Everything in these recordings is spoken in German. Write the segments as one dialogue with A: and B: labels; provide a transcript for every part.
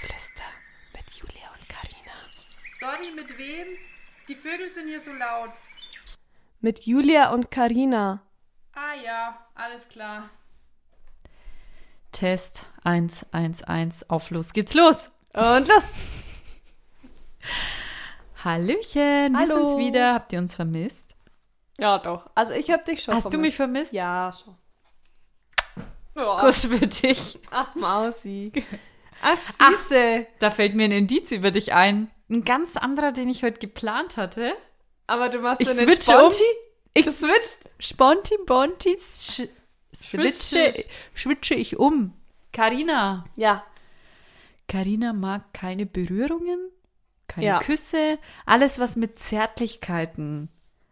A: Gäste mit Julia und Karina.
B: Sorry, mit wem? Die Vögel sind hier so laut.
A: Mit Julia und Karina.
B: Ah ja, alles klar.
C: Test 111 auf los geht's los.
A: Und los!
C: Hallöchen, wir
A: Hallo.
C: sind's wieder. Habt ihr uns vermisst?
A: Ja, doch. Also ich hab dich schon
C: Hast du mich vermisst?
A: Ja, schon. Ja.
C: Kuss für dich.
A: Ach, Mausi. Ach,
C: Ach.
A: Süße.
C: Da fällt mir ein Indiz über dich ein. Ein ganz anderer, den ich heute geplant hatte.
A: Aber du machst
C: Ich
A: ja nicht
C: switche um.
A: Sponti.
C: Ich
A: switcht.
C: Sponti Bonti sch switche,
A: Switch.
C: switche ich um. Karina.
A: Ja.
C: Karina mag keine Berührungen, keine
A: Ja.
C: Küsse, alles was mit Zärtlichkeiten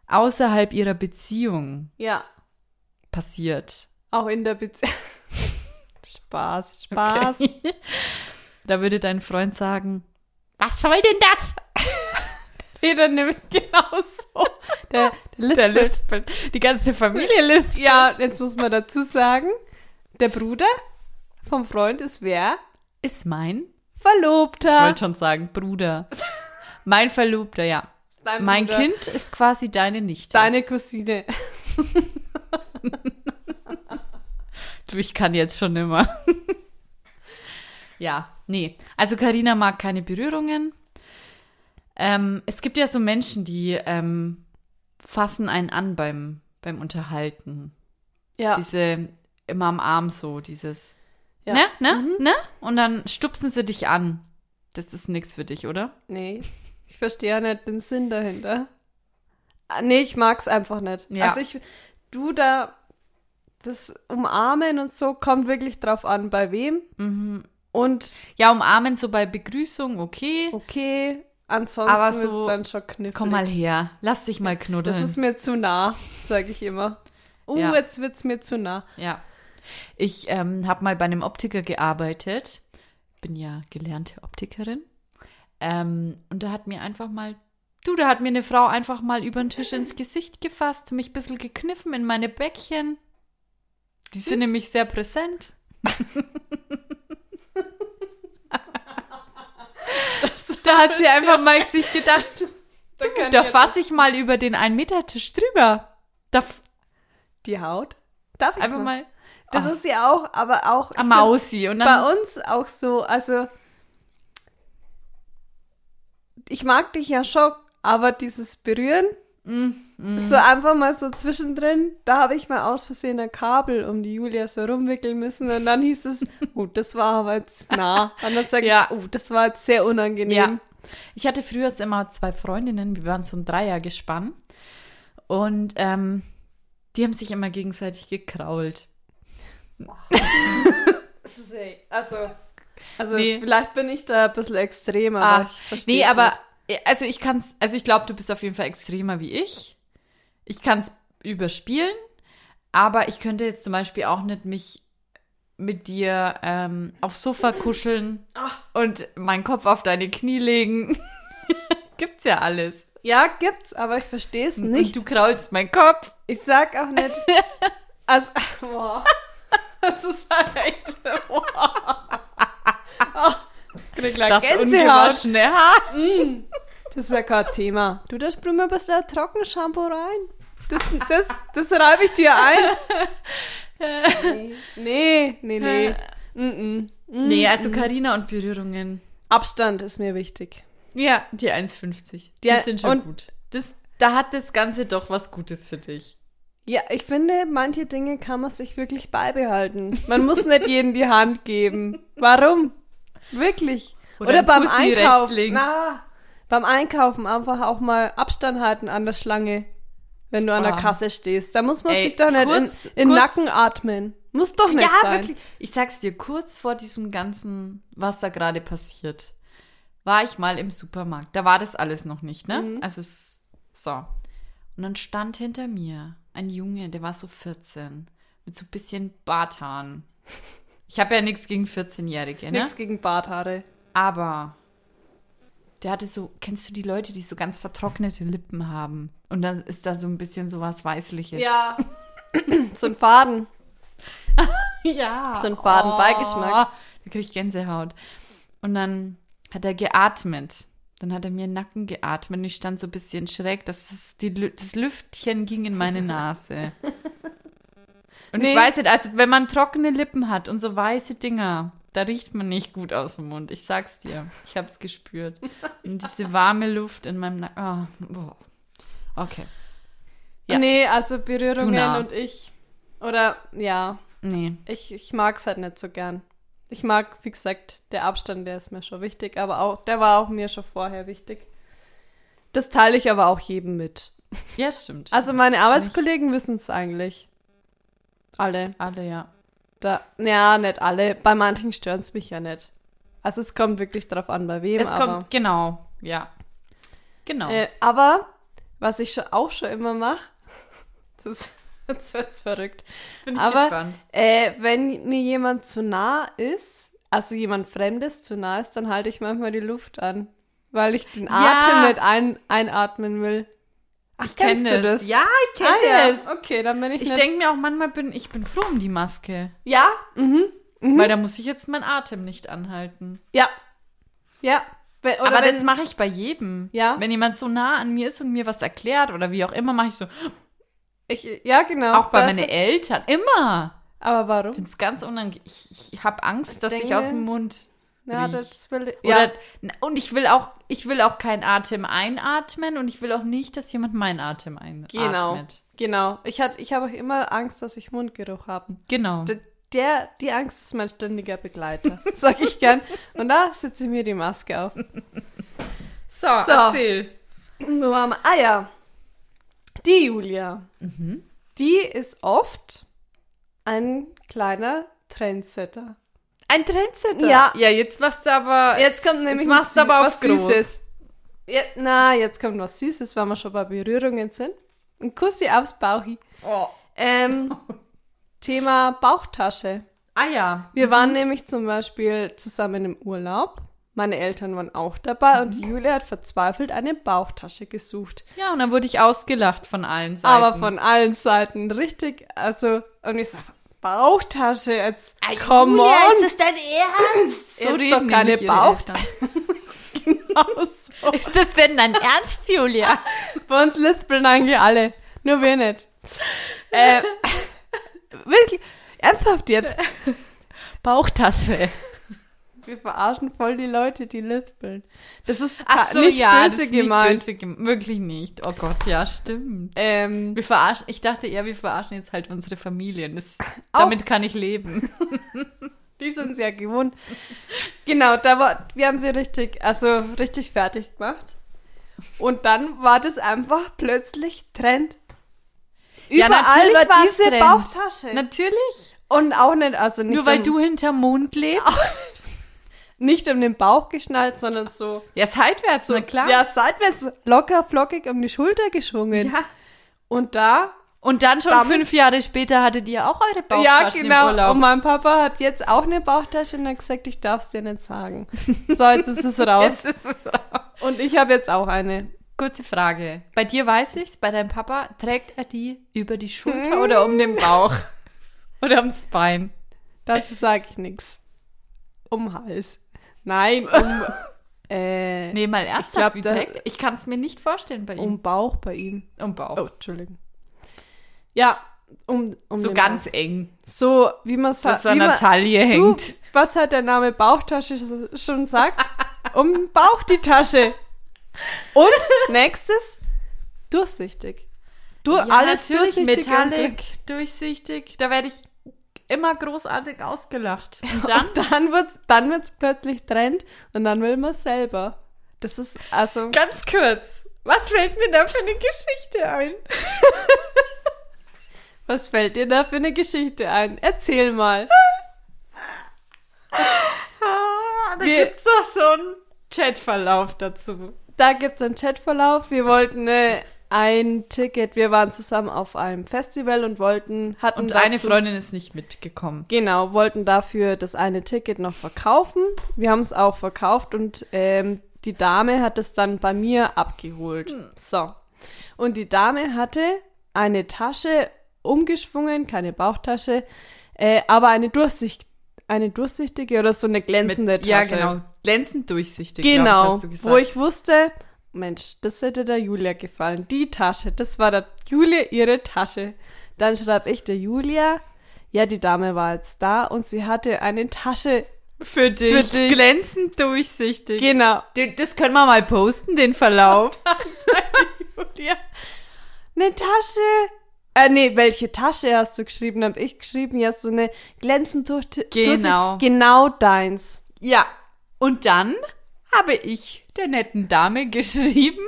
C: außerhalb ihrer Beziehung
A: Ja.
C: passiert.
A: Auch in der Beziehung. Spaß, Spaß.
C: Okay. Da würde dein Freund sagen, was soll denn das?
A: Nee, dann nehme ich genauso. Der, der Lift.
C: Lispeln. Die ganze Familie lispelt.
A: Ja, jetzt muss man dazu sagen, der Bruder vom Freund ist wer?
C: Ist mein,
A: Verlobter.
C: wollte schon sagen, Bruder. Mein Verlobter, ja.
A: Dein
C: Mein
A: Bruder.
C: Kind ist quasi deine Nichte.
A: Deine Cousine.
C: Du, ich kann jetzt schon immer. ja, nee. Also Karina mag keine Berührungen. Ähm, es gibt ja so Menschen, die ähm, fassen einen an beim, beim Unterhalten.
A: Ja.
C: Diese immer am Arm so, dieses.
A: Ja. Mhm.
C: Ne, ne, ne? Und dann stupsen sie dich an. Das ist nichts für dich, oder?
A: Nee, ich verstehe ja nicht den Sinn dahinter. Ah, Nee, ich mag's einfach nicht.
C: Ja.
A: Also ich, du da, das Umarmen und so kommt wirklich drauf an, bei wem.
C: Mhm.
A: Und
C: Ja, umarmen so bei Begrüßung, okay.
A: okay, ansonsten
C: Aber
A: ist
C: so-
A: es dann schon knifflig.
C: Komm mal her, lass dich mal knuddeln.
A: das ist mir zu nah, sage ich immer. Oh,
C: Ja.
A: jetzt wird's mir zu nah.
C: Ja. Ich ähm, habe mal bei einem Optiker gearbeitet. Bin ja gelernte Optikerin. Ähm, und da hat mir einfach mal, du, da hat mir eine Frau einfach mal über den Tisch ins Gesicht gefasst, mich ein bisschen gekniffen in meine Bäckchen. Die sind nämlich sehr präsent. da hat sie einfach mal sich gedacht,
A: Da, kann
C: da
A: ich jetzt-
C: fasse ich mal über den 1-Meter-Tisch drüber. Da f-
A: die Haut. Darf ich
C: einfach mal
A: Das
C: Ah.
A: ist ja auch, aber auch ich
C: am ne?
A: find's
C: Mausi. Und dann,
A: bei uns auch so, also ich mag dich ja schon, aber dieses Berühren,
C: Mhm.
A: so einfach mal so zwischendrin, da habe ich mal aus Versehen ein Kabel um die Julia so rumwickeln müssen und dann hieß es, oh, das war aber jetzt nah. Und dann sage
C: Ja.
A: ich, oh, das war jetzt sehr unangenehm.
C: Ja. Ich hatte früher so immer zwei Freundinnen, wir waren so ein Dreiergespann. Und ähm, die haben sich immer gegenseitig gekrault.
A: Das ist echt- Also, also
C: Nee.
A: vielleicht bin ich da ein bisschen extremer.
C: Ah,
A: aber ich versteh's
C: nee, aber
A: nicht.
C: also ich kann's, also ich glaube, du bist auf jeden Fall extremer wie ich. Ich kann's überspielen, aber ich könnte jetzt zum Beispiel auch nicht mich mit dir ähm, aufs Sofa kuscheln
A: Ah.
C: und meinen Kopf auf deine Knie legen. Gibt's ja alles.
A: Ja, gibt's, aber ich verstehe es nicht.
C: Und du kraulst meinen Kopf.
A: Ich sag auch nicht. Also, boah. Das ist halt echt. Boah. Ich krieg gleich
C: Das
A: Gänsehaut.
C: ungewaschene Haar.
A: Das ist ja kein Thema. Du, da sprühen wir ein bisschen ein Trockenshampoo rein. Das, das, das reibe ich dir ein. Nee, nee, nee. Mm -mm.
C: Nee, also Karina und Berührungen.
A: Abstand ist mir wichtig.
C: Ja, die 1,50. Die
A: Ja,
C: sind schon
A: und-
C: gut. Das, da hat das Ganze doch was Gutes für dich.
A: Ja, ich finde, manche Dinge kann man sich wirklich beibehalten. Man muss nicht jedem die Hand geben. Warum? Wirklich.
C: Oder
A: Oder,
C: ein
A: beim
C: Pussy rechts,
A: Einkaufen.
C: links.
A: Na, beim Einkaufen einfach auch mal Abstand halten an der Schlange, wenn du an der
C: Ah.
A: Kasse stehst. Da muss man
C: Ey,
A: sich doch nicht
C: kurz-
A: in, in
C: kurz-
A: Nacken atmen. Muss doch nicht sein.
C: Ich sag's dir, kurz vor diesem ganzen, was da gerade passiert, war ich mal im Supermarkt. Da war das alles noch nicht, ne? Also, es, so. Und dann stand hinter mir ein Junge, der war so 14, mit so ein bisschen Barthaaren. Ich habe ja nichts gegen 14-Jährige, ne?
A: Nichts gegen Barthaare.
C: Aber der hatte so, kennst du die Leute, die so ganz vertrocknete Lippen haben? Und dann ist da so ein bisschen so was Weißliches.
A: Ja. so ein Faden.
C: ja. Oh.
A: So ein faden Beigeschmack.
C: Da krieg ich Gänsehaut. Und dann hat er geatmet. Dann hat er mir in den Nacken geatmet und ich stand so ein bisschen schräg, dass es die, Lü- das Lüftchen ging in meine Nase. Und
A: Nee.
C: ich weiß nicht, also wenn man trockene Lippen hat und so weiße Dinger, da riecht man nicht gut aus dem Mund. Ich sag's dir, ich hab's gespürt. Und diese warme Luft in meinem Nacken. ah, boah. Okay, Ja.
A: Nee, also
C: Zu
A: Berührungen
C: nah.
A: und ich. Oder ja,
C: nee.
A: ich, ich mag es halt nicht so gern. Ich mag, wie gesagt, der Abstand, der ist mir schon wichtig, aber auch, der war auch mir schon vorher wichtig. Das teile ich aber auch jedem mit.
C: Ja, stimmt.
A: Also meine Arbeitskollegen wissen es eigentlich. Alle.
C: Alle, ja.
A: Da, ja, nicht alle. Bei manchen stören es mich ja nicht. Also es kommt wirklich drauf an, bei wem.
C: Es
A: aber,
C: kommt, genau, ja. Genau.
A: äh, aber was ich schon, auch schon immer mache, das, das wird's verrückt.
C: Jetzt bin ich
A: aber-
C: gespannt.
A: Äh, wenn mir jemand zu nah ist, also jemand Fremdes zu nah ist, dann halte ich manchmal die Luft an, weil ich den
C: Ja.
A: Atem nicht ein, einatmen will. Ach,
C: Ich kenn
A: kennst du das?
C: Ja, ich kenne
A: ah,
C: das.
A: ja. Okay, dann bin ich,
C: Ich
A: nicht...
C: denke mir auch manchmal, bin, ich bin froh um die Maske.
A: ja, mhm,
C: Weil da muss ich jetzt meinen Atem nicht anhalten.
A: ja, ja. Wenn, oder
C: Aber
A: wenn,
C: das mache ich bei jedem.
A: Ja.
C: Wenn jemand so nah an mir ist und mir was erklärt oder wie auch immer, mache ich so.
A: ich, ja, genau.
C: Auch bei
A: das-
C: meinen Eltern. Immer.
A: Aber
C: Ich
A: warum?
C: finde es ganz unangenehm. Ich, ich habe Angst, dass ich
A: denke-
C: aus dem Mund.
A: Ja,
C: riech.
A: das will ich. Ja.
C: Oder, n- Und ich will auch, ich will auch keinen Atem einatmen und ich will auch nicht, dass jemand meinen Atem einatmet.
A: Genau. Genau. Ich, hat- ich habe auch immer Angst, dass ich Mundgeruch habe.
C: Genau.
A: D- Der, die Angst ist mein ständiger Begleiter, sag ich gern. Und da setze ich mir die Maske auf.
C: So, erzähl.
A: Wo waren wir? Ah ja, die Julia.
C: Mhm.
A: Die ist oft ein kleiner Trendsetter.
C: Ein Trendsetter.
A: Ja.
C: Ja, jetzt machst du aber.
A: Jetzt kommt nämlich
C: jetzt machst du
A: ein Sü-
C: aber auf
A: was Süßes. Ja, na, jetzt kommt was Süßes, weil wir schon bei Berührungen sind. Ein Kussi aufs Bauchi.
C: Oh.
A: Ähm, Thema Bauchtasche.
C: Ah ja.
A: Wir waren nämlich zum Beispiel zusammen im Urlaub. Meine Eltern waren auch dabei und
C: Mhm.
A: die Julia hat verzweifelt eine Bauchtasche gesucht.
C: Ja, und dann wurde ich ausgelacht von allen Seiten.
A: Aber von allen Seiten richtig. Also, und ich sag, Bauchtasche jetzt. Come on!
C: das dein Ernst?
A: Jetzt doch
C: nämlich
A: keine
C: ihre
A: Bauchtasche.
C: Eltern.
A: Aus.
C: Ist das denn dein Ernst, Julia?
A: Bei uns lispeln eigentlich alle. Nur wir nicht. Äh, wirklich, ernsthaft jetzt.
C: Bauchtasche.
A: Wir verarschen voll die Leute, die lispeln. Das ist
C: Ach so,
A: nicht
C: ja, das
A: böse
C: ist nicht
A: gemeint.
C: böse gem- Wirklich nicht. Oh Gott, ja, stimmt.
A: Ähm,
C: Wir verarschen, ich dachte eher, wir verarschen jetzt halt unsere Familien. Das,
A: Auch.
C: damit kann ich leben.
A: Die sind sehr gewohnt. Genau, da war, wir haben sie richtig, also richtig fertig gemacht. Und dann war das einfach plötzlich Trend.
C: Ja,
A: Überall
C: natürlich
A: war
C: war's
A: diese
C: Trend.
A: Bauchtasche.
C: Natürlich.
A: und auch nicht, also nicht,
C: Nur weil
A: um,
C: du hinterm Mond lebst.
A: nicht um den Bauch geschnallt, sondern so,
C: Ja, seitwärts,
A: so
C: na klar.
A: ja, seitwärts locker flockig um die Schulter geschwungen.
C: Ja.
A: Und da,
C: Und dann schon
A: Damit-
C: fünf Jahre später hattet ihr auch eure
A: ja
C: Bauchtaschen im
A: genau,
C: Urlaub.
A: und mein Papa hat jetzt auch eine Bauchtasche und hat gesagt, ich darf es dir nicht sagen. So, jetzt ist es raus.
C: Jetzt ist es raus.
A: Und ich habe jetzt auch eine.
C: Kurze Frage. Bei dir weiß ich's, bei deinem Papa trägt er die über die Schulter oder um
A: Mm.
C: den Bauch? Oder am Spine?
A: Dazu sage ich nichts. Um Hals. Nein, um. äh,
C: Nee, mal ernsthaft,
A: glaub,
C: wie
A: da-
C: trägt er? Ich kann's mir nicht vorstellen bei ihm.
A: Um Bauch bei ihm.
C: Um Bauch.
A: Oh, Entschuldigung. Ja, um. um
C: so
A: den
C: ganz
A: Bauch.
C: eng,
A: So, wie man es
C: dass er an der Taille
A: Du,
C: hängt.
A: was hat der Name Bauchtasche s- schon sagt? um den Bauch die Tasche. Und nächstes, durchsichtig. Du,
C: Ja,
A: alles
C: natürlich,
A: durchsichtig.
C: metallic, durchsichtig. Da werde ich immer großartig ausgelacht. Und dann?
A: Und dann wird es dann wird's plötzlich Trend und dann will man es selber. Das ist also.
C: ganz kurz. Was fällt mir da für eine Geschichte ein?
A: Was fällt dir da für eine Geschichte ein? Erzähl mal.
C: Ah, da
A: Wir-
C: gibt's doch so einen Chatverlauf dazu.
A: Da gibt's einen Chatverlauf. Wir wollten äh, ein Ticket. Wir waren zusammen auf einem Festival und wollten hatten
C: Und
A: dazu,
C: eine Freundin ist nicht mitgekommen.
A: Genau, wollten dafür das eine Ticket noch verkaufen. Wir haben es auch verkauft und ähm, die Dame hat es dann bei mir abgeholt.
C: Hm.
A: So. Und die Dame hatte eine Tasche umgeschwungen, keine Bauchtasche, äh, aber eine durchsicht Eine durchsichtige oder so eine glänzende
C: Mit,
A: Tasche.
C: ja, genau. Glänzend durchsichtig. glaub Ich,
A: Genau,
C: hast du gesagt.
A: wo ich wusste, Mensch, das hätte der Julia gefallen. Die Tasche, das war der Julia ihre Tasche. Dann schreibe ich der Julia, ja, die Dame war jetzt da und sie hatte eine Tasche.
C: für dich,
A: Für dich.
C: glänzend durchsichtig.
A: Genau.
C: Den- das können wir mal posten, den Verlauf.
A: Julia, eine Tasche. Äh, nee, welche Tasche hast du geschrieben? Hab ich geschrieben, ja, so eine glänzend durch.
C: Genau.
A: Genau deins.
C: ja. Und dann habe ich der netten Dame geschrieben.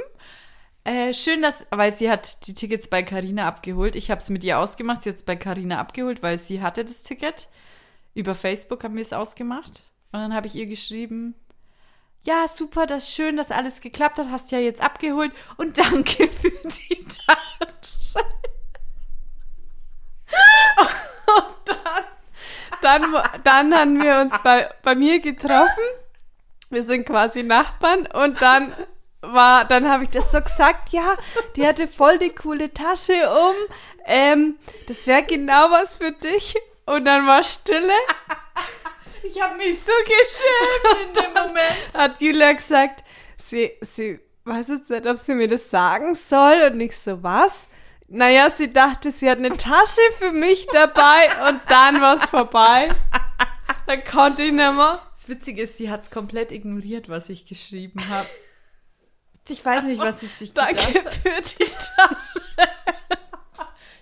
C: Äh, schön, dass, weil sie hat die Tickets bei Carina abgeholt. Ich habe es mit ihr ausgemacht. Sie hat es bei Carina abgeholt, weil sie hatte das Ticket. Über Facebook haben wir es ausgemacht. Und dann habe ich ihr geschrieben, ja, super, das ist schön, dass alles geklappt hat. Hast ja jetzt abgeholt. Und danke für die Tasche.
A: Dann, dann haben wir uns bei, bei mir getroffen. Wir sind quasi Nachbarn und dann war, dann habe ich das so gesagt, ja, die hatte voll die coole Tasche um. Ähm, das wäre genau was für dich. Und dann war Stille.
C: Ich habe mich so geschämt in dem Moment.
A: Hat Julia gesagt, sie, sie weiß jetzt nicht, ob sie mir das sagen soll und nicht so was. Naja, sie dachte, sie hat eine Tasche für mich dabei und dann war es vorbei. Dann konnte ich nicht mehr.
C: Das Witzige ist, sie hat es komplett ignoriert, was ich geschrieben habe. Ich weiß nicht, was sie sich
A: Danke
C: gedacht
A: für die Tasche.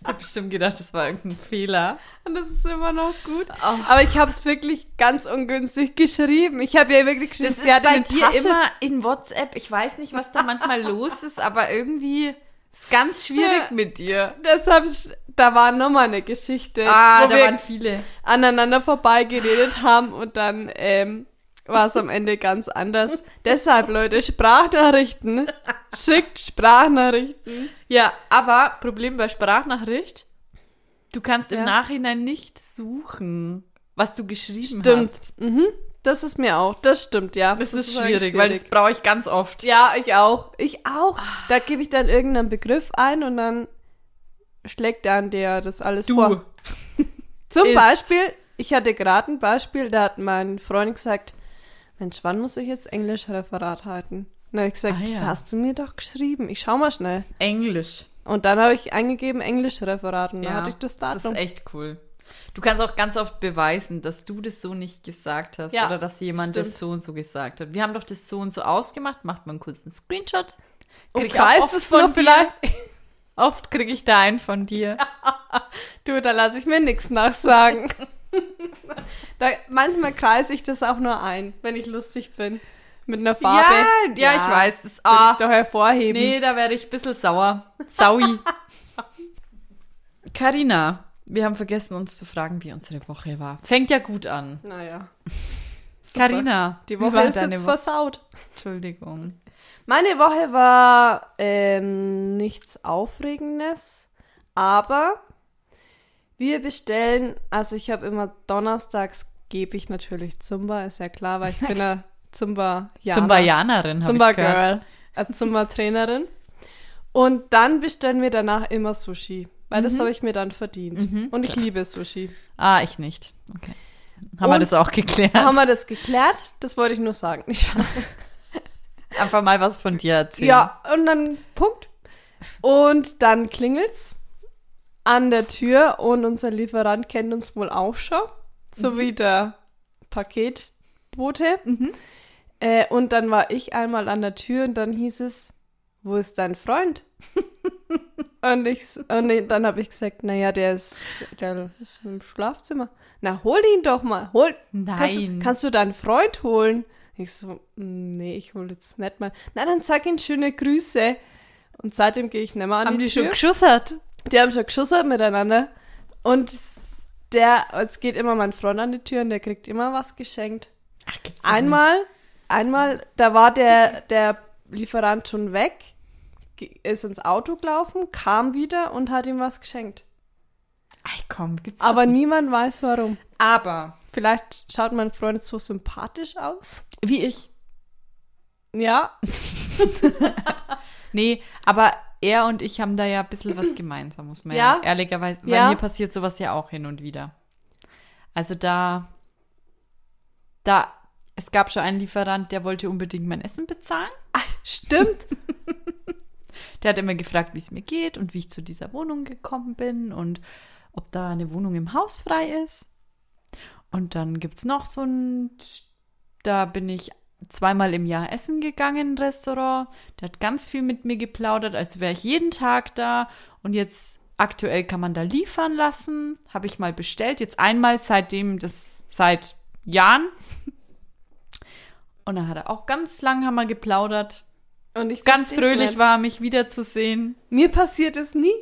C: Ich habe bestimmt gedacht, das war irgendein Fehler.
A: Und das ist immer noch gut.
C: Oh.
A: Aber ich habe es wirklich ganz ungünstig geschrieben. Ich habe ja wirklich geschrieben,
C: Das ist bei dir immer in WhatsApp. Ich weiß nicht, was da manchmal los ist, aber irgendwie ist ganz schwierig mit dir.
A: Deshalb, sch- da war nochmal eine Geschichte,
C: Ah,
A: wo
C: da
A: wir
C: waren viele.
A: aneinander vorbeigeredet haben und dann ähm, war es am Ende ganz anders. Deshalb, Leute, Sprachnachrichten. Schickt Sprachnachrichten.
C: Ja, aber Problem bei Sprachnachricht, du kannst
A: Ja.
C: im Nachhinein nicht suchen, was du geschrieben
A: Stimmt.
C: hast.
A: Mhm. Das ist mir auch. Das stimmt, ja.
C: Das, ist
A: eigentlich
C: schwierig, weil das brauche ich ganz oft.
A: Ja, ich auch. Ich auch.
C: Ah.
A: Da gebe ich dann irgendeinen Begriff ein und dann schlägt dann der das alles vor. Zum
C: ist.
A: Beispiel, ich hatte gerade ein Beispiel, da hat mein Freund gesagt, Mensch, wann muss ich jetzt Englischreferat halten? Und dann habe ich gesagt,
C: Ah, ja.
A: das hast du mir doch geschrieben. Ich schau mal schnell.
C: Englisch.
A: Und dann habe ich eingegeben Englischreferat und dann hatte ich das Datum.
C: ist echt cool. Du kannst auch ganz oft beweisen, dass du das so nicht gesagt hast
A: Ja,
C: oder dass jemand
A: stimmt.
C: das so und so gesagt hat. Wir haben doch das so und so ausgemacht, macht man kurz einen Screenshot.
A: Und
C: ich auch
A: weißt
C: oft
A: Oh, es
C: von
A: noch
C: dir.
A: vielleicht?
C: Oft kriege ich da einen von dir.
A: Du, da lasse ich mir nichts nachsagen. da, manchmal kreise ich das auch nur ein, wenn ich lustig bin. Mit einer Farbe.
C: ja, ich weiß. Das,
A: Will
C: ah,
A: ich doch hervorheben.
C: nee, da werde ich ein bisschen sauer. Saui. Carina, wir haben vergessen, uns zu fragen, wie unsere Woche war. Fängt ja gut an.
A: Naja.
C: Carina,
A: Die
C: wie
A: Woche
C: war
A: ist
C: deine
A: jetzt
C: Wo-
A: versaut.
C: Entschuldigung.
A: Meine Woche war ähm, nichts Aufregendes, aber wir bestellen, also ich habe immer donnerstags gebe ich natürlich Zumba, ist ja klar, weil ich bin eine Zumba
C: Zumbaianerin, habe
A: Zumba
C: ich gehört.
A: Girl, äh, Zumba Trainerin. Und dann bestellen wir danach immer Sushi, weil das habe ich mir dann verdient.
C: Mhm,
A: Und ich
C: klar.
A: liebe Sushi.
C: Ah, ich nicht. Okay. Haben wir
A: Und-
C: das auch geklärt?
A: Haben wir das geklärt? Das wollte ich nur sagen. Ich
C: Einfach mal was von dir erzählen.
A: Ja, und dann Punkt. Und dann klingelt's an der Tür und unser Lieferant kennt uns wohl auch schon, so wie der Paketbote. Äh, und dann war ich einmal an der Tür und dann hieß es, wo ist dein Freund? und ich, s- und ich- dann habe ich gesagt, naja, der ist, der ist im Schlafzimmer. Na, hol ihn doch mal. Hol, Kannst, du-
C: Nein.
A: kannst du deinen Freund holen? Ich so, "Mm, nee, ich hole jetzt nicht mal. Na, dann sag ihm schöne Grüße. Und seitdem gehe ich nicht mehr an
C: Haben
A: die,
C: die schon
A: Tür.
C: geschussert?
A: die haben schon geschossen miteinander. Und der, jetzt geht immer mein Freund an die Tür und der kriegt immer was geschenkt.
C: Ach, gibt's
A: Einmal, einmal, da war der, der Lieferant schon weg, ge- ist ins Auto gelaufen, kam wieder und hat ihm was geschenkt.
C: Ach komm, gibt's
A: Aber
C: doch nicht.
A: niemand weiß warum.
C: Aber.
A: Vielleicht schaut mein Freund so sympathisch aus.
C: Wie ich.
A: Ja,
C: Nee, aber er und ich haben da ja ein bisschen was gemeinsam, muss man ja,
A: Ja?
C: ehrlicherweise. Bei
A: Ja.
C: mir passiert sowas ja auch hin und wieder. Also da da, es gab schon einen Lieferant, der wollte unbedingt mein Essen bezahlen.
A: Ah, stimmt.
C: Der hat immer gefragt, wie es mir geht und wie ich zu dieser Wohnung gekommen bin und ob da eine Wohnung im Haus frei ist. Und dann gibt es noch so ein, da bin ich zweimal im Jahr essen gegangen, ein Restaurant. Der hat ganz viel mit mir geplaudert, als wäre ich jeden Tag da. Und jetzt aktuell kann man da liefern lassen. Habe ich mal bestellt. Jetzt einmal seitdem, das seit Jahren. Und dann hat er auch ganz lang haben wir geplaudert.
A: Und ich
C: Ganz
A: versteh's
C: fröhlich
A: nicht.
C: war, mich wiederzusehen.
A: Mir passiert es nie,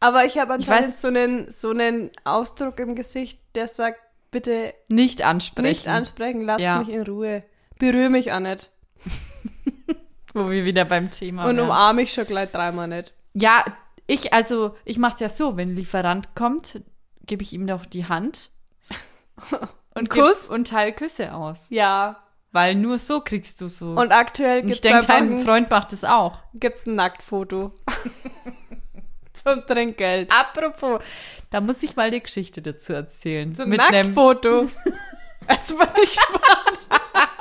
A: aber ich habe
C: Ich
A: anscheinend
C: weiß-
A: so einen, so einen Ausdruck im Gesicht, der sagt, bitte
C: Nicht ansprechen.
A: nicht ansprechen, lasst
C: Ja.
A: mich in Ruhe. Berühr mich auch nicht.
C: Wo wir wieder beim Thema
A: und
C: wären.
A: umarme ich schon gleich dreimal nicht.
C: Ja, ich, also, ich mach's ja so, wenn ein Lieferant kommt, gebe ich ihm doch die Hand. Und geb-
A: Kuss?
C: Und teile Küsse aus.
A: Ja.
C: Weil nur so kriegst du so.
A: Und aktuell
C: Und ich
A: gibt
C: denke,
A: es
C: dein
A: ein,
C: Freund macht das auch.
A: gibt's ein Nacktfoto. Zum Trinkgeld.
C: Apropos, da muss ich mal die Geschichte dazu erzählen.
A: Zum
C: Mit einem-
A: Also Nacktfoto. Jetzt bin ich gespannt.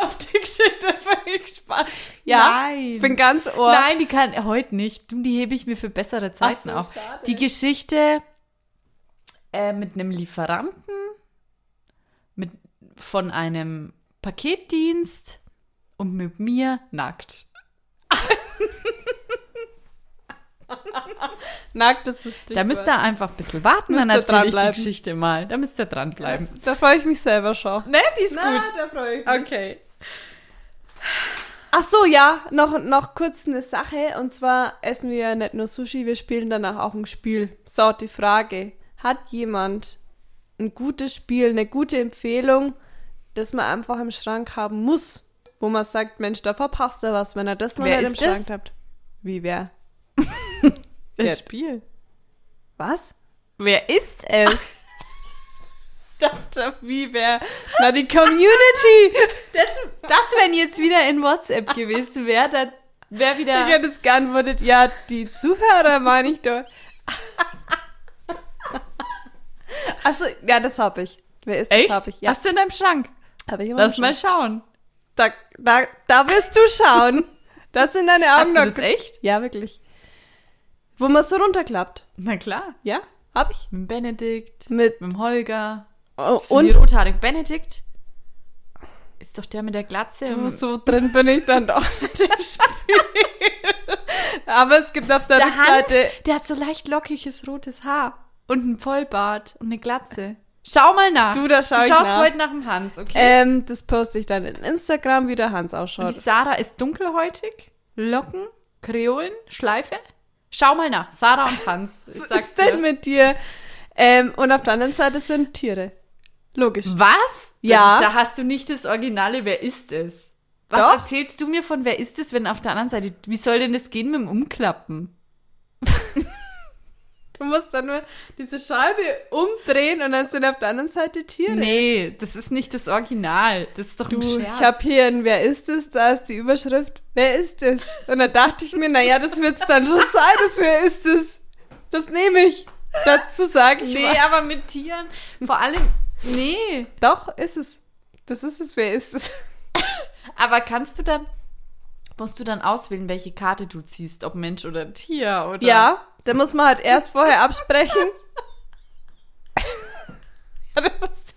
A: Auf die Geschichte bin ich gespannt. Ja,
C: Nein.
A: ich bin ganz ohr.
C: Nein, die kann heute nicht. Du, Die hebe ich mir für bessere Zeiten
A: so,
C: auf.
A: schade.
C: Die Geschichte äh, mit einem Lieferanten, mit, von einem Paketdienst und mit mir nackt.
A: Nackt ist das Stichwort.
C: Da müsst ihr einfach ein bisschen warten, dann
A: Müsst ihr
C: erzähle ich die
A: dranbleiben.
C: Geschichte mal. Da müsst ihr dranbleiben.
A: Da freue ich mich selber schon.
C: Ne, die ist
A: Na,
C: gut.
A: da freue ich mich.
C: Okay.
A: Ach so, ja, noch, noch kurz eine Sache. Und zwar essen wir ja nicht nur Sushi, wir spielen danach auch ein Spiel. So, die Frage: Hat jemand ein gutes Spiel, eine gute Empfehlung, das man einfach im Schrank haben muss? Wo man sagt, Mensch, da verpasst er was, wenn er das noch
C: Wer
A: nicht im
C: ist das?
A: Schrank hat. Wie wer?
C: Das
A: Jetzt.
C: Spiel.
A: Was?
C: Wer ist es?
A: Dachte, wie wer? Na, die Community!
C: Das, das wenn jetzt wieder in WhatsApp gewesen wäre, dann wäre wieder.
A: Ich hätte es geantwortet, ja, die Zuhörer meine ich doch. Also, ja, das habe ich. Wer ist
C: Echt?
A: das? Habe ich. Ja,
C: Hast du in deinem Schrank?
A: habe ich immer
C: Lass
A: schon.
C: mal schauen.
A: Also, da, da, da wirst du schauen. Das sind deine
C: Hast
A: Augen
C: du das
A: noch-
C: echt?
A: Ja, wirklich. Wo man so runterklappt.
C: Na klar.
A: Ja, habe ich.
C: Mit dem Benedikt,
A: Mit
C: mit dem Holger.
A: oh,
C: Sind die
A: und
C: rothaarigen Benedikt? Ist doch der mit der Glatze. im-
A: so drin bin ich dann doch mit dem Spiel. Aber es gibt auf der,
C: der Hans,
A: Rückseite
C: der hat so leicht lockiges rotes Haar. Und einen Vollbart und eine Glatze. Schau mal nach.
A: Du, da schau
C: du
A: ich
C: schaust
A: nach.
C: heute nach Äh, dem Hans, okay?
A: ähm, das poste ich dann in Instagram, wie der Hans
C: und
A: ausschaut.
C: die Sarah ist dunkelhäutig, Locken, Kreolen, Schleife. Schau mal nach. Sarah und Hans. Ich
A: Was
C: sag's
A: ist denn
C: dir.
A: mit dir? Ähm, und auf der anderen Seite sind Tiere. Logisch.
C: Mhm. Was?
A: Ja.
C: Da, da hast du nicht das Originale, wer ist es? Was
A: Doch.
C: erzählst du mir von wer ist es, wenn auf der anderen Seite, wie soll denn das gehen mit dem Umklappen?
A: Du musst dann nur diese Scheibe umdrehen und dann sind auf der anderen Seite Tiere.
C: Nee, das ist nicht das Original. Das ist doch
A: Du,
C: ein Scherz.
A: ich habe hier ein Wer ist es? Da ist die Überschrift Wer ist es? Und da dachte ich mir, naja, das wird's dann schon sein, das Wer ist es? Das nehme ich. Dazu sage ich
C: nee,
A: was.
C: aber mit Tieren. Vor allem, nee.
A: Doch, ist es. Das ist es, Wer ist es?
C: Aber kannst du dann, musst du dann auswählen, welche Karte du ziehst, ob Mensch oder Tier oder?
A: Ja, da muss man halt erst vorher absprechen. Ja, du musst-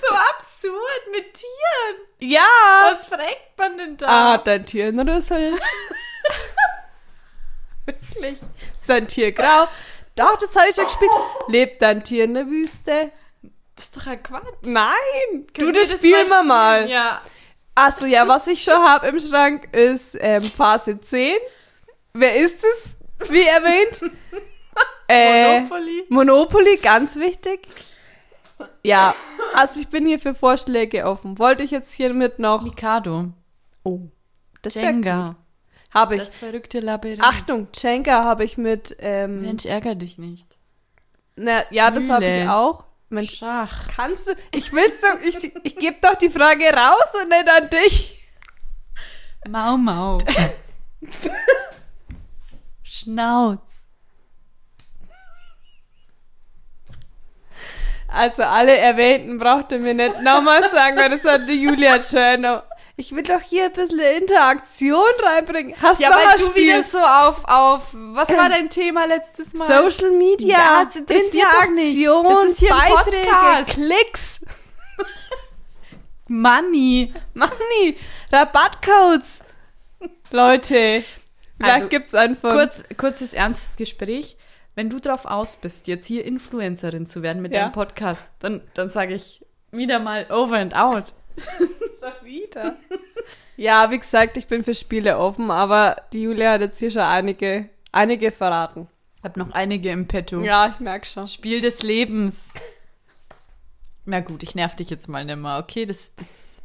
C: So absurd mit Tieren.
A: ja!
C: Was fragt man denn da?
A: Ah, dein Tier in Rüssel. Wirklich? Ist dein Tier grau? Doch, das habe ich schon gespielt. Lebt dein Tier in der Wüste?
C: Das ist doch ein Quatsch.
A: Nein! du,
C: Können wir
A: das spielen wir mal.
C: spielen? Ja.
A: Achso, ja, was ich schon habe im Schrank ist ähm, Phase 10. Wer ist es? Wie erwähnt. äh,
C: Monopoly.
A: Monopoly, ganz wichtig. Ja, also ich bin hier für Vorschläge offen. Wollte ich jetzt hiermit noch.
C: Mikado.
A: Oh, das
C: Jenga.
A: habe ich.
C: Das verrückte Labyrinth.
A: Achtung, Jenga habe ich mit. Ähm,
C: Mensch, ärger dich nicht.
A: Na, ja, das habe ich
C: Mühle.
A: auch. Mensch,
C: Schach.
A: kannst du. Ich will's doch. Ich, ich gebe doch die Frage raus und nicht an dich.
C: Mau Mau. Schnauz.
A: Also alle Erwähnten braucht ihr mir nicht nochmal sagen, weil das hat die Julia schön. Ich will doch hier ein bisschen Interaktion reinbringen. Hast
C: Ja,
A: du
C: weil
A: mal
C: du
A: Spiel?
C: wieder so auf, auf, was war dein Thema letztes Mal?
A: Social Media,
C: Ja, das interessiert doch nicht.
A: Interaktion,
C: Das ist hier ein
A: Beiträge,
C: Podcast.
A: Klicks,
C: Money.
A: Money, Rabattcodes. Leute, vielleicht
C: Also,
A: gibt's einfach.
C: Kurz, kurzes, ernstes Gespräch. Wenn du drauf aus bist, jetzt hier Influencerin zu werden mit
A: Ja.
C: deinem Podcast, dann, dann sage ich wieder mal over and out.
A: wieder. Ja, wie gesagt, ich bin für Spiele offen, aber die Julia hat jetzt hier schon einige, einige verraten.
C: Hab noch einige im Petto.
A: Ja, ich merke schon.
C: Spiel des Lebens. Na gut, ich nerv dich jetzt mal nimmer, okay? Das, das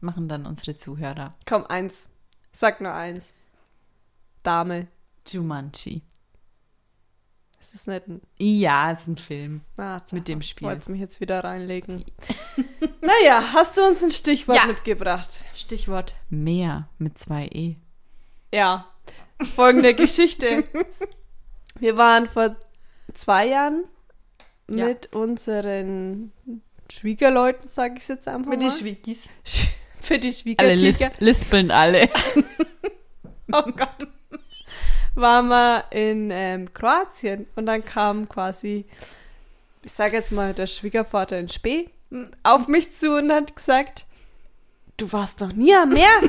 C: machen dann unsere Zuhörer.
A: Komm, eins. Sag nur eins. Dame.
C: Jumanji.
A: Es ist nicht ein.
C: Ja, ist ein Film.
A: Ah,
C: Mit dem Spiel.
A: Wollt's mich jetzt wieder reinlegen. naja, hast du uns ein Stichwort
C: Ja.
A: mitgebracht?
C: Stichwort Meer mit zwei E.
A: Ja. Folgende Geschichte. Wir waren vor zwei Jahren
C: Ja.
A: mit unseren Schwiegerleuten, sage ich jetzt einfach mal.
C: Schwiegis.
A: Sch- Für die
C: Alle
A: Schwiegertiger.
C: lis lispeln alle.
A: Oh Gott. Waren wir in ähm, Kroatien und dann kam quasi, ich sage jetzt mal, der Schwiegervater in Spee hm, auf mich zu und hat gesagt, du warst noch nie am Meer.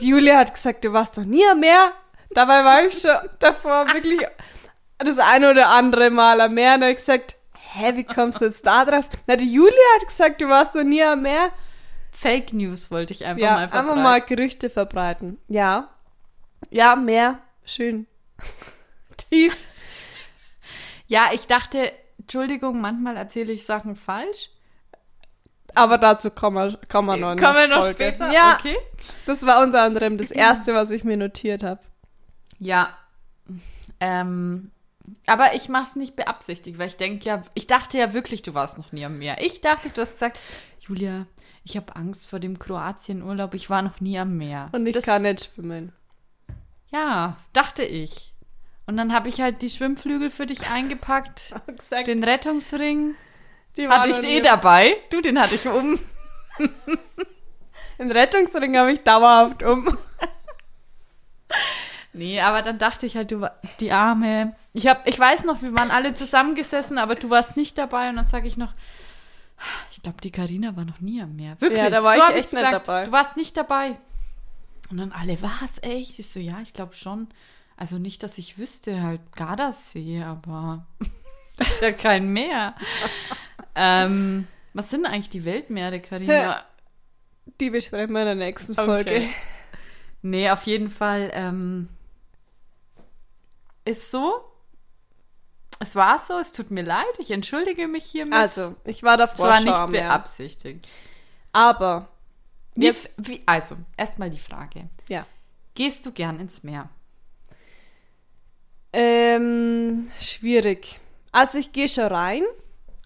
A: Die Julia hat gesagt, du warst noch nie am Meer. Dabei war ich schon davor wirklich das eine oder andere Mal am Meer und habe gesagt, hä, wie kommst du jetzt da drauf? Na, die Julia hat gesagt, du warst noch nie am Meer.
C: Fake News wollte ich einfach
A: Ja,
C: mal verbreiten.
A: einfach mal Gerüchte verbreiten. Ja. Ja, mehr. Schön. Tief.
C: Ja, ich dachte, Entschuldigung, manchmal erzähle ich Sachen falsch.
A: Aber dazu kommen wir, kommen wir noch. in
C: Äh, Kommen wir
A: der
C: noch
A: Folge.
C: später?
A: Ja,
C: Okay.
A: das war unter anderem das Erste, was ich mir notiert habe.
C: Ja. Ähm, aber ich mach's nicht beabsichtigt, weil ich denke ja, ich dachte ja wirklich, du warst noch nie am Meer. Ich dachte, du hast gesagt, Julia, ich habe Angst vor dem Kroatien-Urlaub, ich war noch nie am Meer.
A: Und ich
C: Das-
A: kann nicht schwimmen.
C: Ja, dachte ich. Und dann habe ich halt die Schwimmflügel für dich eingepackt,
A: Hab gesagt,
C: den Rettungsring.
A: die war
C: Hatte
A: noch
C: ich
A: nie-
C: eh dabei. Du, den hatte ich um.
A: Den Rettungsring habe ich dauerhaft um.
C: Nee, aber dann dachte ich halt, du war- die Arme. Ich hab, ich weiß noch, wir waren alle zusammengesessen, aber du warst nicht dabei und dann sage ich noch, ich glaube, die Karina war noch nie am Meer. Wirklich,
A: Ja, da war
C: so
A: ich
C: hab
A: echt nicht dabei.
C: Du warst nicht dabei. Und dann alle, was, echt? Ich so, ja, ich glaube schon. Also nicht, dass ich wüsste, halt Gardasee, aber das ist ja kein Meer. ähm, was sind eigentlich die Weltmeere, Karina?
A: Die besprechen wir in der nächsten
C: Okay.
A: Folge.
C: Nee, auf jeden Fall ähm, ist so. Es war so, es tut mir leid, ich entschuldige mich hiermit.
A: Also, ich war
C: es
A: davor
C: war
A: schon
C: nicht
A: am Meer.
C: beabsichtigt.
A: Aber,
C: Wie,
A: Jetzt-
C: wie, also, erstmal die Frage.
A: ja.
C: Gehst du gern ins Meer?
A: Ähm, schwierig. Also ich gehe schon rein,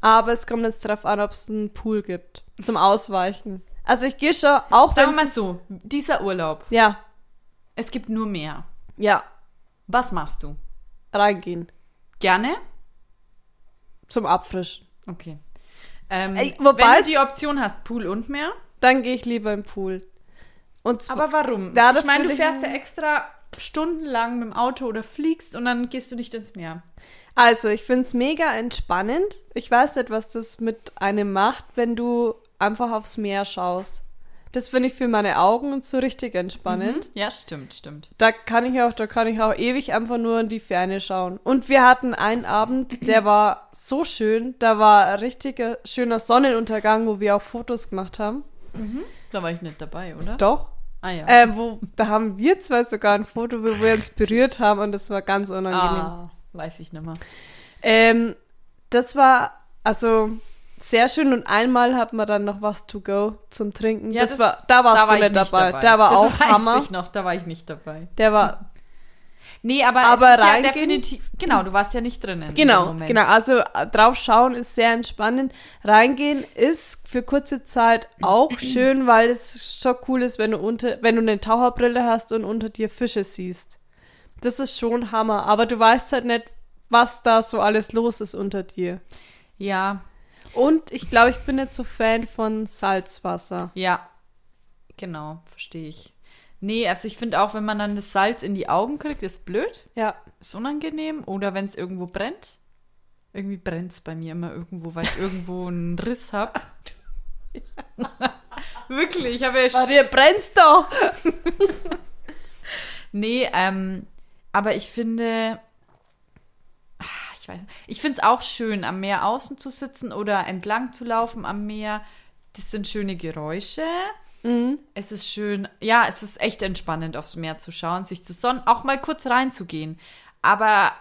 A: aber es kommt jetzt darauf an, ob es einen Pool gibt zum Ausweichen. Also ich gehe schon, auch
C: Sagen
A: wenn
C: wir mal so, dieser Urlaub,
A: ja,
C: es gibt nur Meer.
A: ja,
C: Was machst du?
A: reingehen
C: Gerne?
A: zum Abfrischen.
C: Okay. Ähm,
A: Ey, wobei
C: wenn du
A: es-
C: die Option hast, Pool und Meer.
A: Dann gehe ich lieber im Pool. Und zwar,
C: Aber warum?
A: Da
C: ich
A: das
C: meine,
A: würde
C: du
A: ich-
C: fährst ja extra stundenlang mit dem Auto oder fliegst und dann gehst du nicht ins Meer.
A: also ich finde es mega entspannend. Ich weiß nicht, was das mit einem macht, wenn du einfach aufs Meer schaust. Das finde ich für meine Augen so richtig entspannend.
C: Mhm. Ja, stimmt, stimmt.
A: Da kann ich auch, da kann ich auch ewig einfach nur in die Ferne schauen. Und wir hatten einen Abend, der war so schön. Da war ein richtiger schöner Sonnenuntergang, wo wir auch Fotos gemacht haben.
C: Da war ich nicht dabei, oder?
A: Doch.
C: Ah ja.
A: Äh, wo, da haben wir zwei sogar ein Foto, wo wir uns berührt haben und das war ganz unangenehm.
C: ah, weiß ich nicht mehr.
A: Ähm, das war also sehr schön und einmal hat man dann noch was to go zum Trinken. das, war, da warst du
C: ich
A: nicht
C: nicht
A: dabei. Da war
C: das
A: auch
C: weiß
A: Hammer.
C: Ich noch, da war ich nicht dabei.
A: Der war
C: Nee, aber,
A: Aber
C: es ist ja
A: reingehen?
C: definitiv. Genau, du warst ja nicht drinnen. in dem
A: Genau,
C: Moment.
A: genau. Also äh, drauf schauen ist sehr entspannend. Reingehen ist für kurze Zeit auch schön, weil es schon cool ist, wenn du unter, wenn du eine Taucherbrille hast und unter dir Fische siehst. Das ist schon Hammer. Aber du weißt halt nicht, was da so alles los ist unter dir.
C: Ja.
A: Und ich glaube, ich bin nicht so Fan von Salzwasser.
C: Ja, genau, verstehe ich. Nee, also ich finde auch, wenn man dann das Salz in die Augen kriegt, ist blöd,
A: Ja.
C: ist unangenehm. Oder wenn es irgendwo brennt. Irgendwie brennt es bei mir immer irgendwo, weil ich irgendwo einen Riss habe. Wirklich, ich habe ja
A: Aber dir brennst doch.
C: Nee, ähm, aber ich finde, ah, ich weiß nicht. ich finde es auch schön, am Meer außen zu sitzen oder entlang zu laufen am Meer. Das sind schöne Geräusche.
A: Mhm.
C: Es ist schön, ja, es ist echt entspannend, aufs Meer zu schauen, sich zu sonnen, auch mal kurz reinzugehen. Aber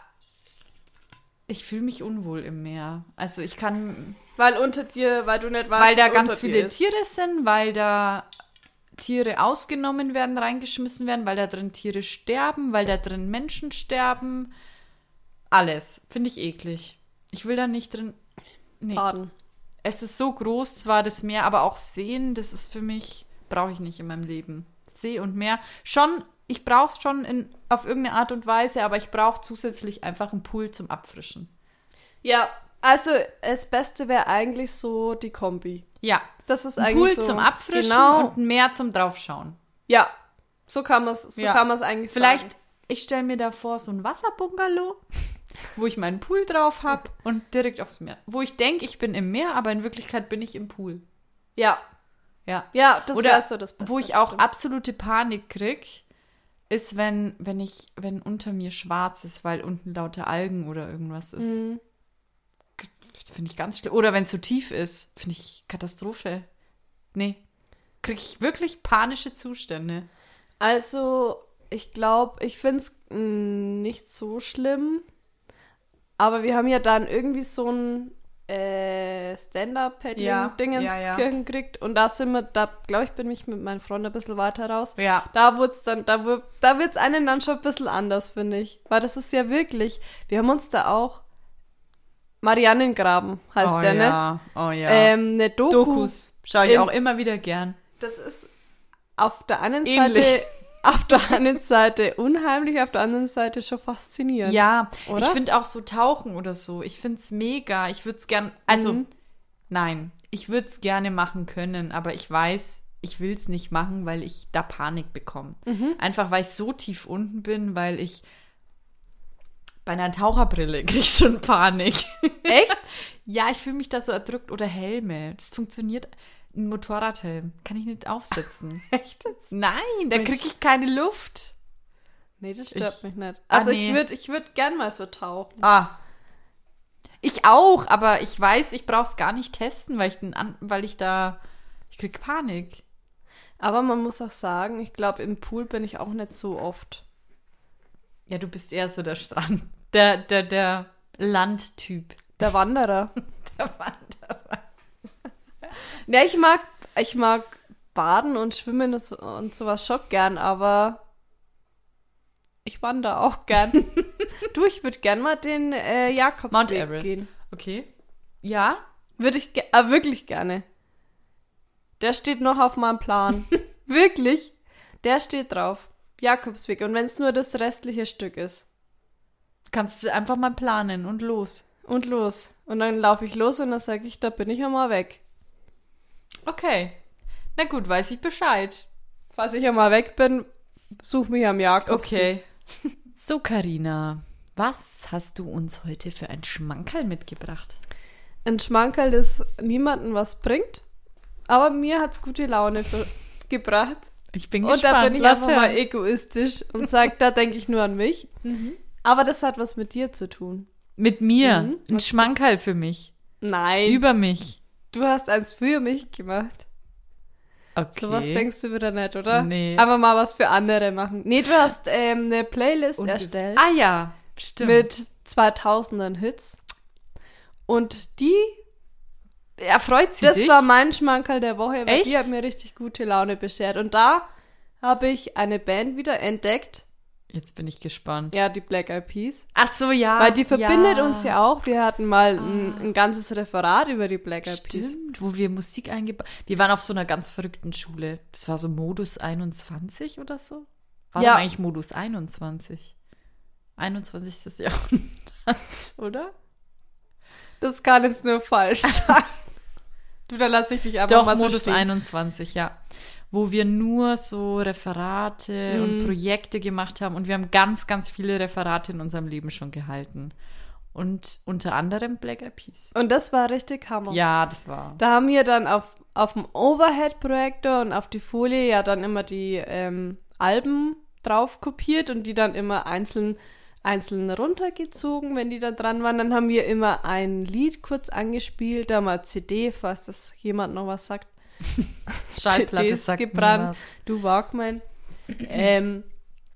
C: ich fühle mich unwohl im Meer. Also ich kann,
A: Weil unter dir, weil du nicht weißt,
C: weil da
A: was
C: ganz
A: unter dir
C: viele
A: ist.
C: Tiere sind, weil da Tiere ausgenommen werden, reingeschmissen werden, weil da drin Tiere sterben, weil da drin Menschen sterben. Alles. Finde ich eklig. Ich will da nicht drin. Nee.
A: baden.
C: Es ist so groß, zwar das Meer, aber auch Seen, das ist für mich, brauche ich nicht in meinem Leben. See und Meer. Schon, ich brauche es schon in, auf irgendeine Art und Weise, aber ich brauche zusätzlich einfach einen Pool zum Abfrischen.
A: Ja, also das Beste wäre eigentlich so die Kombi.
C: Ja.
A: Das ist
C: Ein
A: eigentlich
C: Pool
A: so.
C: zum Abfrischen
A: Genau.
C: und ein Meer zum Draufschauen.
A: ja, so kann man es so
C: Ja.
A: kann man's eigentlich
C: Vielleicht,
A: sagen.
C: ich stelle mir da vor, so ein Wasserbungalow, wo ich meinen Pool drauf habe und direkt aufs Meer. Wo ich denke, ich bin im Meer, aber in Wirklichkeit bin ich im Pool.
A: Ja,
C: Ja.
A: ja, das
C: Oder
A: wäre so das Beste.
C: Wo ich auch
A: stimmt.
C: absolute Panik krieg, ist, wenn, wenn ich, wenn unter mir schwarz ist, weil unten lauter Algen oder irgendwas ist.
A: Mhm.
C: Finde ich ganz schlimm. Oder wenn es zu tief ist, finde ich Katastrophe. Nee. Kriege ich wirklich panische Zustände.
A: Also, ich glaube, ich finde es nicht so schlimm. Aber wir haben ja dann irgendwie so ein äh,
C: Ja,
A: Stand-Up-Paddling-Dingens
C: ja, ja.
A: gekriegt. Und da sind wir, da glaube ich, bin ich mit meinen Freunden ein bisschen weiter raus.
C: Ja.
A: Da wird's dann, da wird, da wird's einen dann schon ein bisschen anders, finde ich. Weil das ist ja wirklich, wir haben uns da auch Marianengraben heißt
C: oh,
A: der, ne?
C: ja. Oh ja.
A: Ähm, eine Doku.
C: Dokus schaue ich
A: Im-
C: auch immer wieder gern.
A: Das ist auf der einen
C: Ähnlich.
A: Seite, auf der einen Seite unheimlich, auf der anderen Seite schon faszinierend.
C: Ja,
A: Oder?
C: ich finde auch so Tauchen oder so. Ich finde es mega. Ich würde es gern. Also,
A: Mhm.
C: nein, ich würde es gerne machen können, aber ich weiß, ich will es nicht machen, weil ich da Panik bekomme. Einfach weil ich so tief unten bin, weil ich bei einer Taucherbrille kriege ich schon Panik.
A: Echt?
C: ja, ich fühle mich da so erdrückt oder Helme. Das funktioniert. Ein Motorradhelm kann ich nicht aufsetzen.
A: Echt?
C: Nein, da
A: Mensch.
C: kriege ich keine Luft.
A: Nee, das stört
C: Ich-
A: mich nicht.
C: Ah,
A: Also
C: nee.
A: ich würde ich würd gern mal so tauchen.
C: Ah. Ich auch, aber ich weiß, ich brauche es gar nicht testen, weil ich, den an, weil ich da. Ich krieg Panik.
A: Aber man muss auch sagen, ich glaube, im Pool bin ich auch nicht so oft.
C: Ja, du bist eher so der Strand. Der, der, der Landtyp.
A: Der Wanderer.
C: Der Wander.
A: Ja, ich mag, ich mag Baden und Schwimmen und so- und sowas schon gern, aber ich wandere auch gern. du, ich würde gern mal den äh, Jakobsweg
C: Mount Everest.
A: gehen.
C: Okay. Ja?
A: Würde ich ge ah, wirklich gerne. Der steht noch auf meinem Plan. wirklich? Der steht drauf. Jakobsweg. Und wenn es nur das restliche Stück ist.
C: Kannst du einfach mal planen und los.
A: Und los. Und dann laufe ich los und dann sage ich, da bin ich einmal weg.
C: Okay. Na gut, weiß ich Bescheid.
A: Falls ich einmal weg bin, such mich am Jakobsweg.
C: Okay. So, Karina, was hast du uns heute für ein Schmankerl mitgebracht?
A: ein Schmankerl, das niemandem was bringt. Aber mir hat's gute Laune für, gebracht.
C: Ich bin
A: Und da bin ich
C: Lass
A: einfach mal egoistisch und sage, da denke ich nur an mich.
C: Mhm.
A: Aber das hat was mit dir zu tun.
C: Mit mir.
A: Mhm.
C: Ein Schmankerl für mich.
A: Nein,
C: Über mich.
A: du hast eins für mich gemacht.
C: Okay.
A: So was denkst du wieder nicht, oder?
C: Nee.
A: Aber mal was für andere machen. Nee, du hast ähm, eine Playlist
C: Und-
A: erstellt
C: Ah ja, stimmt.
A: mit 2000ern Hits. Und die,
C: erfreut sie
A: das
C: dich?
A: war mein Schmankerl der Woche, weil die
C: Echt?
A: hat mir richtig gute Laune beschert. Und da habe ich eine Band wieder entdeckt.
C: Jetzt bin ich gespannt.
A: Ja, die Black Eyed Peas.
C: Ach so, ja.
A: Weil die verbindet
C: ja.
A: uns Ah, ja Ah. auch. Wir hatten mal ein, ein ganzes Referat über die Black Eyed Peas.
C: Stimmt, wo wir Musik eingebaut Wir waren auf so einer ganz verrückten Schule. Das war so Modus 21 oder so. Warum
A: Ja.
C: eigentlich Modus 21? 21. Jahrhundert, oder?
A: Das kann jetzt nur falsch sein. Du, da lasse ich dich einfach
C: Doch,
A: mal so
C: Modus
A: stehen.
C: 21, ja. Wo wir nur so Referate und
A: Mhm.
C: Projekte gemacht haben und wir haben ganz, ganz viele Referate in unserem Leben schon gehalten. Und unter anderem Black Eyed Peas.
A: Und das war richtig Hammer.
C: Ja, das war.
A: Da haben wir dann auf, auf dem Overhead-Projektor und auf die Folie ja dann immer die ähm, Alben drauf kopiert und die dann immer einzeln, einzeln runtergezogen, wenn die da dran waren. Dann haben wir immer ein Lied kurz angespielt, da mal CD, falls das jemand noch was sagt.
C: Schallplatte
A: CDs
C: sagt mir
A: gebrannt.
C: was.
A: Du Walkman. ähm,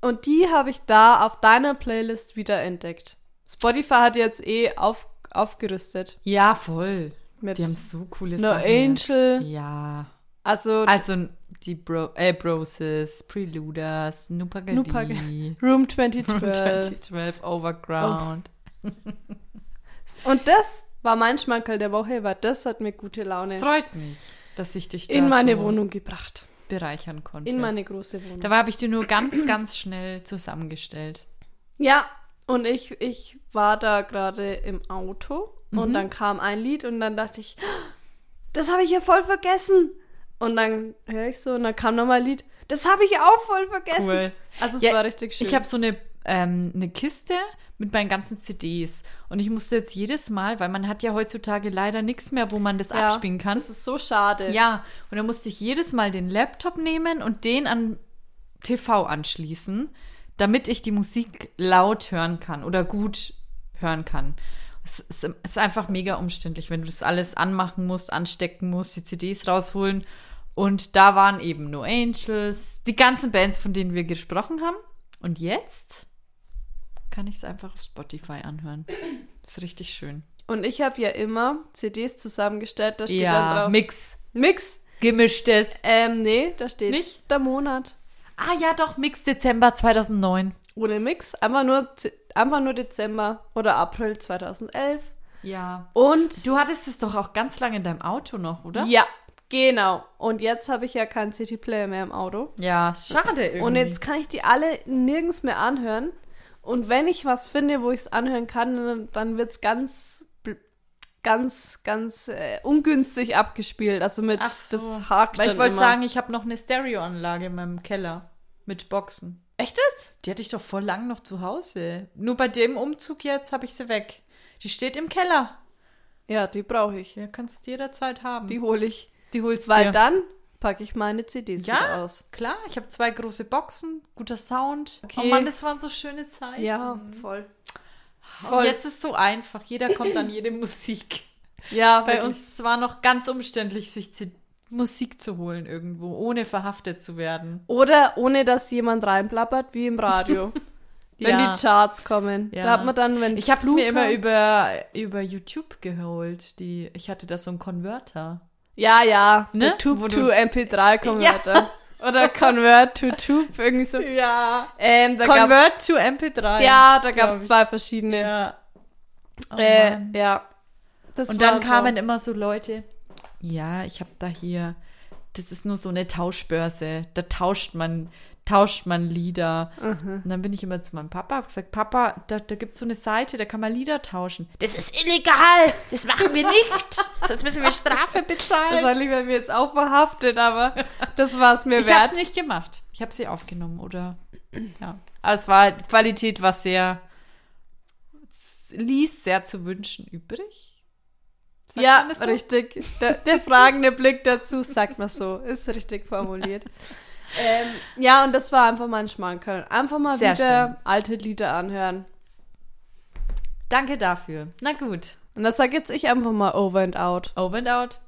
A: und die habe ich da auf deiner Playlist wiederentdeckt. Spotify hat jetzt eh auf, aufgerüstet.
C: Ja, voll.
A: Mit
C: Die haben so coole
A: No
C: Sachen. jetzt.
A: Angel.
C: Ja.
A: also
C: Also die Bro äh, Broses, Preluders, Nupagadi,
A: Nupagadi. Room 2012.
C: 2012, Overground.
A: Oh, Und das war mein Schmankerl der Woche, weil das hat mir gute
C: Es
A: Laune
C: freut mich, dass ich dich da
A: in meine
C: so
A: Wohnung gebracht.
C: bereichern konnte.
A: In meine große Wohnung.
C: Dabei habe ich die nur ganz, ganz schnell zusammengestellt.
A: Ja, und ich, ich war da gerade im Auto
C: Mhm.
A: und dann kam ein Lied und dann dachte ich, das habe ich ja voll vergessen. Und dann höre ich so und dann kam nochmal ein Lied, das habe ich auch voll vergessen.
C: Cool.
A: Also es
C: Ja,
A: war richtig schön.
C: Ich habe so eine, ähm, eine Kiste mit meinen ganzen CDs. Und ich musste jetzt jedes Mal, weil man hat ja heutzutage leider nichts mehr, wo man das
A: ja,
C: abspielen kann.
A: Das ist so schade.
C: Ja, und dann musste ich jedes Mal den Laptop nehmen und den an TV anschließen, damit ich die Musik laut hören kann oder gut hören kann. Es ist, es ist einfach mega umständlich, wenn du das alles anmachen musst, anstecken musst, die CDs rausholen. Und da waren eben No Angels, die ganzen Bands, von denen wir gesprochen haben. Und jetzt kann ich es einfach auf Spotify anhören. Ist richtig schön.
A: Und ich habe ja immer CDs zusammengestellt, da steht dann
C: Ja,
A: drauf.
C: Mix.
A: Mix.
C: Gemischtes.
A: Ähm, nee, da steht
C: Nicht?
A: der Monat.
C: Ah ja, doch, Mix Dezember 2009.
A: Ohne Mix, einfach nur, Z- einfach nur Dezember oder April 2011.
C: Ja.
A: Und
C: Du hattest es doch auch ganz lange in deinem Auto noch, oder?
A: ja, genau. Und jetzt habe ich ja keinen CD Player mehr im Auto.
C: Ja, schade irgendwie.
A: Und jetzt kann ich die alle nirgends mehr anhören. Und wenn ich was finde, wo ich es anhören kann, dann, dann wird es ganz, bl- ganz, ganz äh, ungünstig abgespielt. Also mit
C: Ach so.
A: das hakt
C: Weil
A: dann
C: ich wollte
A: immer.
C: sagen, ich habe noch eine Stereoanlage in meinem Keller mit Boxen.
A: echt jetzt?
C: Die hatte ich doch vor lang noch zu Hause. Nur bei dem Umzug jetzt habe ich sie weg. Die steht im Keller.
A: Ja, die brauche ich.
C: Ja, kannst du jederzeit haben.
A: Die hole ich.
C: die holst
A: Weil
C: dir.
A: dann packe ich meine CDs wieder
C: ja,
A: aus.
C: klar. Ich habe zwei große Boxen, guter Sound. Oh
A: Okay.
C: Mann, das waren so schöne Zeiten.
A: Ja, voll.
C: Und
A: voll.
C: jetzt ist so einfach. Jeder kommt an jede Musik.
A: Ja,
C: Bei
A: wirklich.
C: uns war noch ganz umständlich, sich zu, Musik zu holen irgendwo, ohne verhaftet zu werden.
A: Oder ohne, dass jemand reinplappert, wie im Radio. wenn
C: Ja.
A: die Charts kommen.
C: Ja.
A: Da hat man dann, wenn
C: Ich habe es mir
A: Blue
C: immer
A: kam-
C: über, über YouTube geholt. Die, ich hatte da so einen Konverter.
A: Ja, ja.
C: Ne?
A: Ne? Tube
C: Wo
A: to
C: du-
A: MP3 Converter. halt Oder Convert to Tube, irgendwie so.
C: Ja.
A: Ähm, da gab's,
C: Convert to MP3.
A: ja, da
C: glaub
A: gab es
C: ich.
A: zwei verschiedene.
C: Ja. Oh
A: äh,
C: Mann.
A: ja. Das
C: Und
A: war
C: dann
A: so.
C: kamen immer so Leute, ja, ich habe da hier, das ist nur so eine Tauschbörse, da tauscht man, tauscht man Lieder.
A: Mhm.
C: Und dann bin ich immer zu meinem Papa, hab gesagt, Papa, da, da gibt es so eine Seite, da kann man Lieder tauschen. Das ist illegal, das machen wir nicht, sonst müssen wir Strafe bezahlen.
A: Wahrscheinlich werden wir jetzt auch verhaftet, aber das war es mir
C: Ich habe
A: wert.
C: es nicht gemacht, ich habe sie aufgenommen, oder? Ja, aber es war, halt Qualität war sehr, es ließ sehr zu wünschen übrig. Sagt
A: Ja,
C: man das so?
A: richtig. Der, der fragende Blick dazu, sagt man so. Ist richtig formuliert. ähm, ja, und das war einfach mein Schmankerl. Einfach mal
C: Sehr
A: wieder
C: schön.
A: alte Lieder anhören.
C: Danke dafür. Na gut.
A: Und das sage jetzt ich einfach mal over and out.
C: Over and out.